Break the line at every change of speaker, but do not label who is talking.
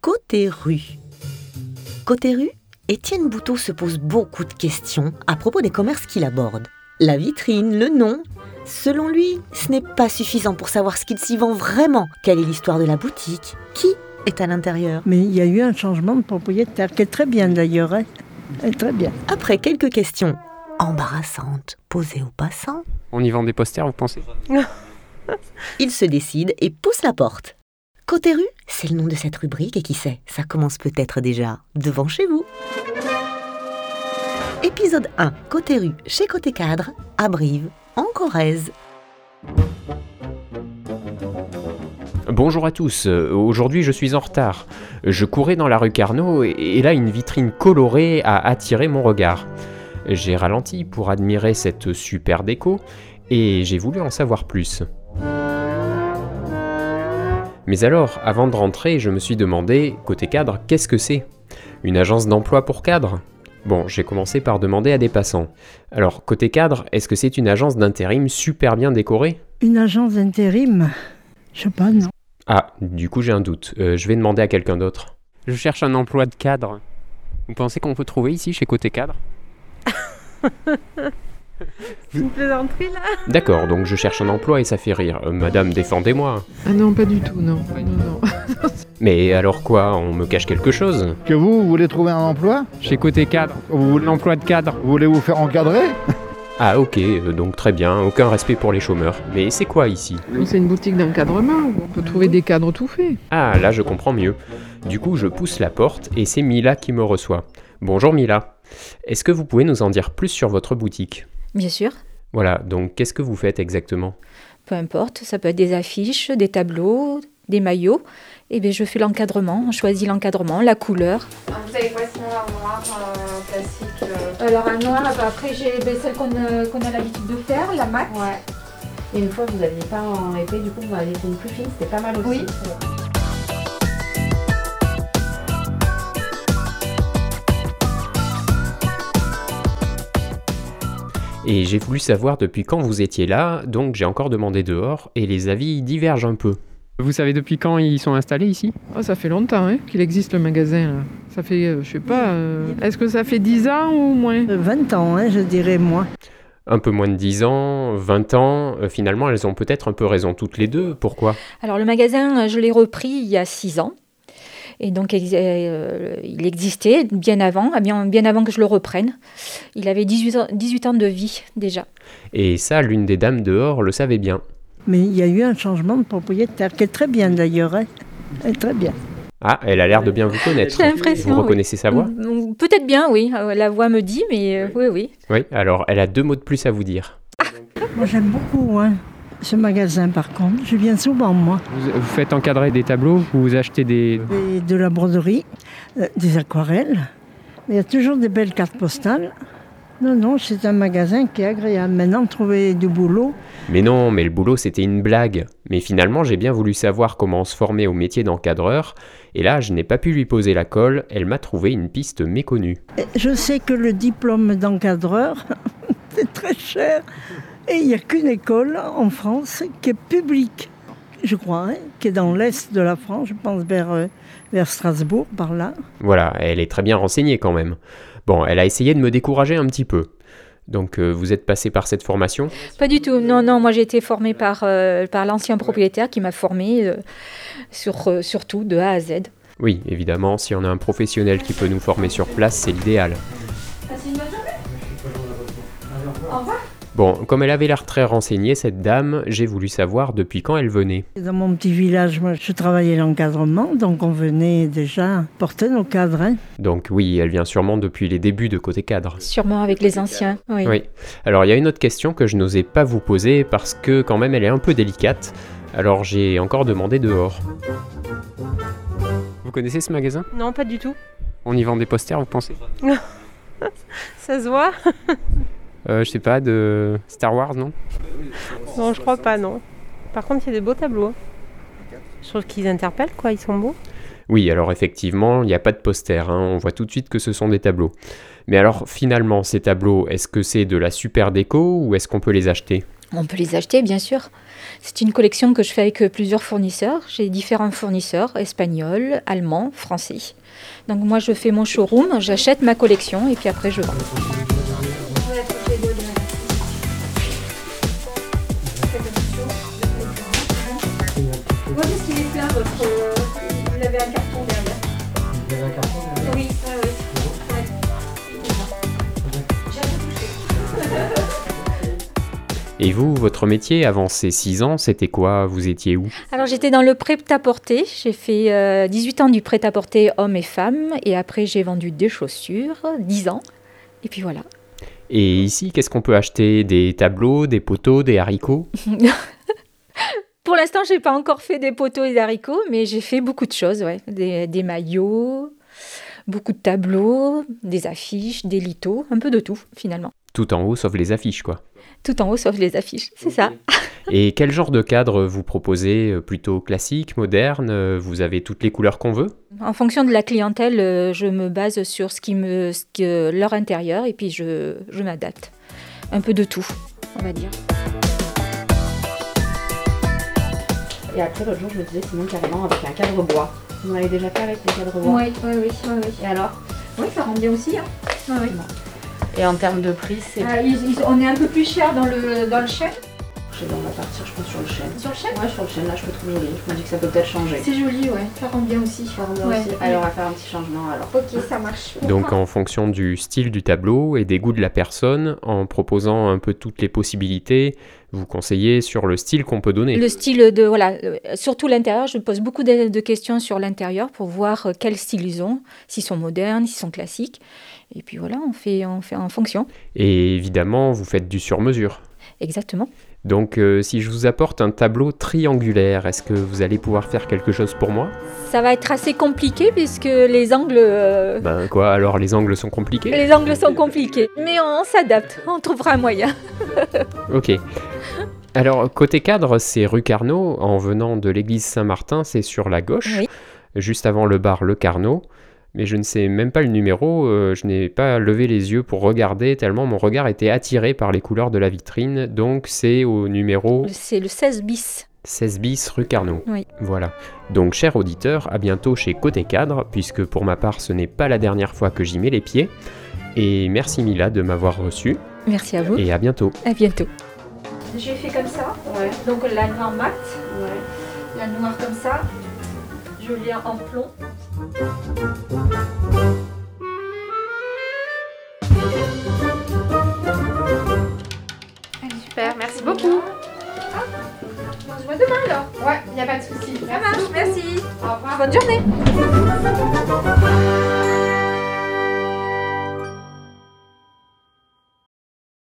Côté rue. Côté rue, Étienne Bouteau se pose beaucoup de questions à propos des commerces qu'il aborde. La vitrine, le nom. Selon lui, ce n'est pas suffisant pour savoir ce qu'il s'y vend vraiment. Quelle est l'histoire de la boutique Qui est à l'intérieur
Mais il y a eu un changement de propriétaire, qui est très bien d'ailleurs. hein. Elle est Très bien.
Après quelques questions embarrassantes posées aux passants,
On y vend des posters, vous pensez
il se décide et pousse la porte. Côté rue, c'est le nom de cette rubrique et qui sait, ça commence peut-être déjà devant chez vous. Épisode 1, Côté rue, chez Côté cadre, à Brive, en Corrèze.
Bonjour à tous, euh, aujourd'hui je suis en retard. Je courais dans la rue Carnot et, et là une vitrine colorée a attiré mon regard. J'ai ralenti pour admirer cette super déco et j'ai voulu en savoir plus. Mais alors, avant de rentrer, je me suis demandé, côté cadre, qu'est-ce que c'est Une agence d'emploi pour cadre Bon, j'ai commencé par demander à des passants. Alors, côté cadre, est-ce que c'est une agence d'intérim super bien décorée
Une agence d'intérim Je sais pas, non.
Ah, du coup j'ai un doute. Euh, je vais demander à quelqu'un d'autre. Je cherche un emploi de cadre. Vous pensez qu'on peut trouver ici chez Côté Cadre
plaisanterie là
D'accord, donc je cherche un emploi et ça fait rire. Euh, madame, défendez-moi.
Ah non, pas du tout, non. non, non.
Mais alors quoi On me cache quelque chose
Que vous, vous voulez trouver un emploi
Chez Côté Cadre,
vous voulez,
l'emploi de cadre.
vous voulez vous faire encadrer
Ah ok, euh, donc très bien, aucun respect pour les chômeurs. Mais c'est quoi ici
Mais C'est une boutique d'encadrement où on peut trouver des cadres tout faits.
Ah, là je comprends mieux. Du coup, je pousse la porte et c'est Mila qui me reçoit. Bonjour Mila. Est-ce que vous pouvez nous en dire plus sur votre boutique
Bien sûr,
Voilà, donc qu'est-ce que vous faites exactement
peu importe, ça peut être des affiches, des tableaux, des maillots. Et bien, je fais l'encadrement, on choisit l'encadrement, la couleur.
Ah, Vous avez quoi sinon l'armoire euh, classique euh,
Alors, un noir, bah, après, j'ai ben, celle qu'on a l'habitude de faire, la mat.
Ouais. Et une fois vous aviez peint en épée, du coup vous en aviez fait une plus fine, c'était pas mal aussi.
Oui.
Et j'ai voulu savoir depuis quand vous étiez là, donc j'ai encore demandé dehors, et les avis divergent un peu.
Vous savez depuis quand ils sont installés ici
Oh, ça fait longtemps hein, qu'il existe le magasin là. Ça fait, euh, je sais pas, euh, est-ce que ça fait 10 ans ou moins
Euh, 20 ans, hein, je dirais, moi.
Un peu moins de 10 ans, 20 ans, euh, finalement elles ont peut-être un peu raison toutes les deux, pourquoi
Alors, le magasin, euh, je l'ai repris il y a six ans. Et donc, ex- euh, il existait bien avant, eh bien, bien avant que je le reprenne. Il avait 18 ans, 18 ans de vie déjà.
Et ça, l'une des dames dehors le savait bien.
Mais il y a eu un changement de propriétaire, qui est très bien d'ailleurs. hein. Elle est Très bien.
Ah, elle a l'air de bien vous connaître.
J'ai l'impression,
Vous
oui.
reconnaissez sa voix
Mm, Peut-être bien, oui. euh, La voix me dit, mais euh, oui, oui.
Oui, alors elle a deux mots de plus à vous dire.
Moi, j'aime beaucoup hein, ce magasin, par contre. Je viens souvent, moi.
vous, vous faites encadrer des tableaux, vous achetez des...
Et de la broderie, euh, des aquarelles. Il y a toujours des belles cartes postales. Non, non, c'est un magasin qui est agréable. Maintenant, trouver du boulot,
Mais non, mais le boulot c'était une blague. Mais finalement j'ai bien voulu savoir comment on se formait au métier d'encadreur, et là je n'ai pas pu lui poser la colle, elle m'a trouvé une piste méconnue.
Et Je sais que le diplôme d'encadreur, c'est très cher. Et il n'y a qu'une école en France qui est publique, je crois, hein, qui est dans l'est de la France, je pense vers, euh, vers Strasbourg, par là.
Voilà, elle est très bien renseignée quand même. Bon, elle a essayé de me décourager un petit peu. Donc euh, vous êtes passé par cette formation
Pas du tout. Non, non, moi j'ai été formée par, euh, par l'ancien propriétaire qui m'a formée euh, sur, euh, sur tout, de A à Z.
Oui, évidemment, si on a un professionnel qui peut nous former sur place, c'est l'idéal. Bon, comme elle avait l'air très renseignée, cette dame, j'ai voulu savoir depuis quand elle venait.
Et Dans mon petit village, moi, je travaillais l'encadrement, donc on venait déjà porter nos cadres. hein.
Donc oui, elle vient sûrement depuis les débuts de côté cadre.
Sûrement avec les anciens. Oui.
Oui. Alors il y a une autre question que je n'osais pas vous poser parce que quand même elle est un peu délicate. Alors j'ai encore demandé dehors. Vous connaissez ce magasin
Non, pas du tout.
On y vend des posters, vous pensez
Ça se voit
euh, Je sais pas, de Star Wars, non
Non, je crois pas, non. Par contre, il y a des beaux tableaux. Je trouve qu'ils interpellent, quoi. Ils sont beaux.
Oui, alors effectivement, il n'y a pas de poster, hein, on voit tout de suite que ce sont des tableaux. Mais alors finalement, ces tableaux, est-ce que c'est de la super déco ou est-ce qu'on peut les acheter
On peut les acheter, bien sûr. C'est une collection que je fais avec euh, plusieurs fournisseurs. J'ai différents fournisseurs, espagnols, allemands, français. Donc moi, je fais mon showroom, j'achète ma collection et puis après, je vends. euh,
Et vous, votre métier avant ces 6 ans, c'était quoi Vous étiez où
Alors j'étais dans le prêt-à-porter. J'ai fait euh, 18 ans du prêt-à-porter hommes et femmes. Et après, j'ai vendu des chaussures, 10 ans. Et puis voilà.
Et ici, qu'est-ce qu'on peut acheter Des tableaux, des poteaux, des haricots
Pour l'instant, j'ai pas encore fait des poteaux et des haricots, mais j'ai fait beaucoup de choses, ouais. Des, des maillots, beaucoup de tableaux, des affiches, des lithos, un peu de tout finalement.
Tout en haut, sauf les affiches, quoi.
Tout en haut, sauf les affiches, c'est ça.
Et quel genre de cadre vous proposez euh, Plutôt classique, moderne euh, Vous avez toutes les couleurs qu'on veut
En fonction de la clientèle, euh, je me base sur ce qui me, ce que- leur intérieur et puis je, je m'adapte. Un peu de tout, on va dire.
Et après, l'autre jour, je me disais, sinon carrément avec un cadre bois. Vous en avez déjà fait avec les cadres bois
Oui, oui, oui,
Et alors
oui, ça rend bien aussi. hein.
Et en termes de prix, c'est.
Ah, on est un peu plus cher dans le, dans le chef.
Je sais pas, on va partir, je pense, sur le chêne.
Sur le chef
Ouais, sur le chêne, là, je peux trouve joli. Je me dis que ça peut peut-être changer.
C'est joli, ouais. Ça rend bien aussi.
Ça rend bien
Ouais.
aussi. Allez, on va faire un petit changement alors.
Ok, ça marche.
Donc en fonction du style du tableau et des goûts de la personne, en proposant un peu toutes les possibilités, vous conseillez sur le style qu'on peut donner.
Le style de, voilà, euh, surtout l'intérieur, je pose beaucoup de, de questions sur l'intérieur pour voir euh, quel style ils ont, s'ils sont modernes, s'ils sont classiques. Et puis voilà, on fait, on fait en fonction.
Et évidemment, vous faites du sur-mesure.
Exactement.
Donc euh, si je vous apporte un tableau triangulaire, est-ce que vous allez pouvoir faire quelque chose pour moi
Ça va être assez compliqué puisque les angles, euh,
Ben quoi, alors les angles sont compliqués
les angles sont compliqués. Mais on s'adapte, on trouvera un moyen.
Ok. Alors, côté cadre, c'est rue Carnot. En venant de l'église Saint-Martin, c'est sur la gauche,
Oui.
juste avant le bar Le Carnot. Mais je ne sais même pas le numéro, euh, je n'ai pas levé les yeux pour regarder, tellement mon regard était attiré par les couleurs de la vitrine. Donc, c'est au numéro
C'est le 16 bis.
16 bis rue Carnot.
Oui.
Voilà. Donc, cher auditeur, à bientôt chez Côté Cadre, puisque pour ma part, ce n'est pas la dernière fois que j'y mets les pieds. Et merci Mila de m'avoir reçu,
Merci à vous.
et à bientôt.
À bientôt.
J'ai fait comme ça.
Ouais,
Donc la noire mat,
ouais.
la noire comme ça. Je l'ai en plomb.
Super, merci beaucoup.
Ah, On se voit demain alors.
Ouais, il n'y a pas de souci.
Ça marche, merci.
Au revoir.
Bonne journée.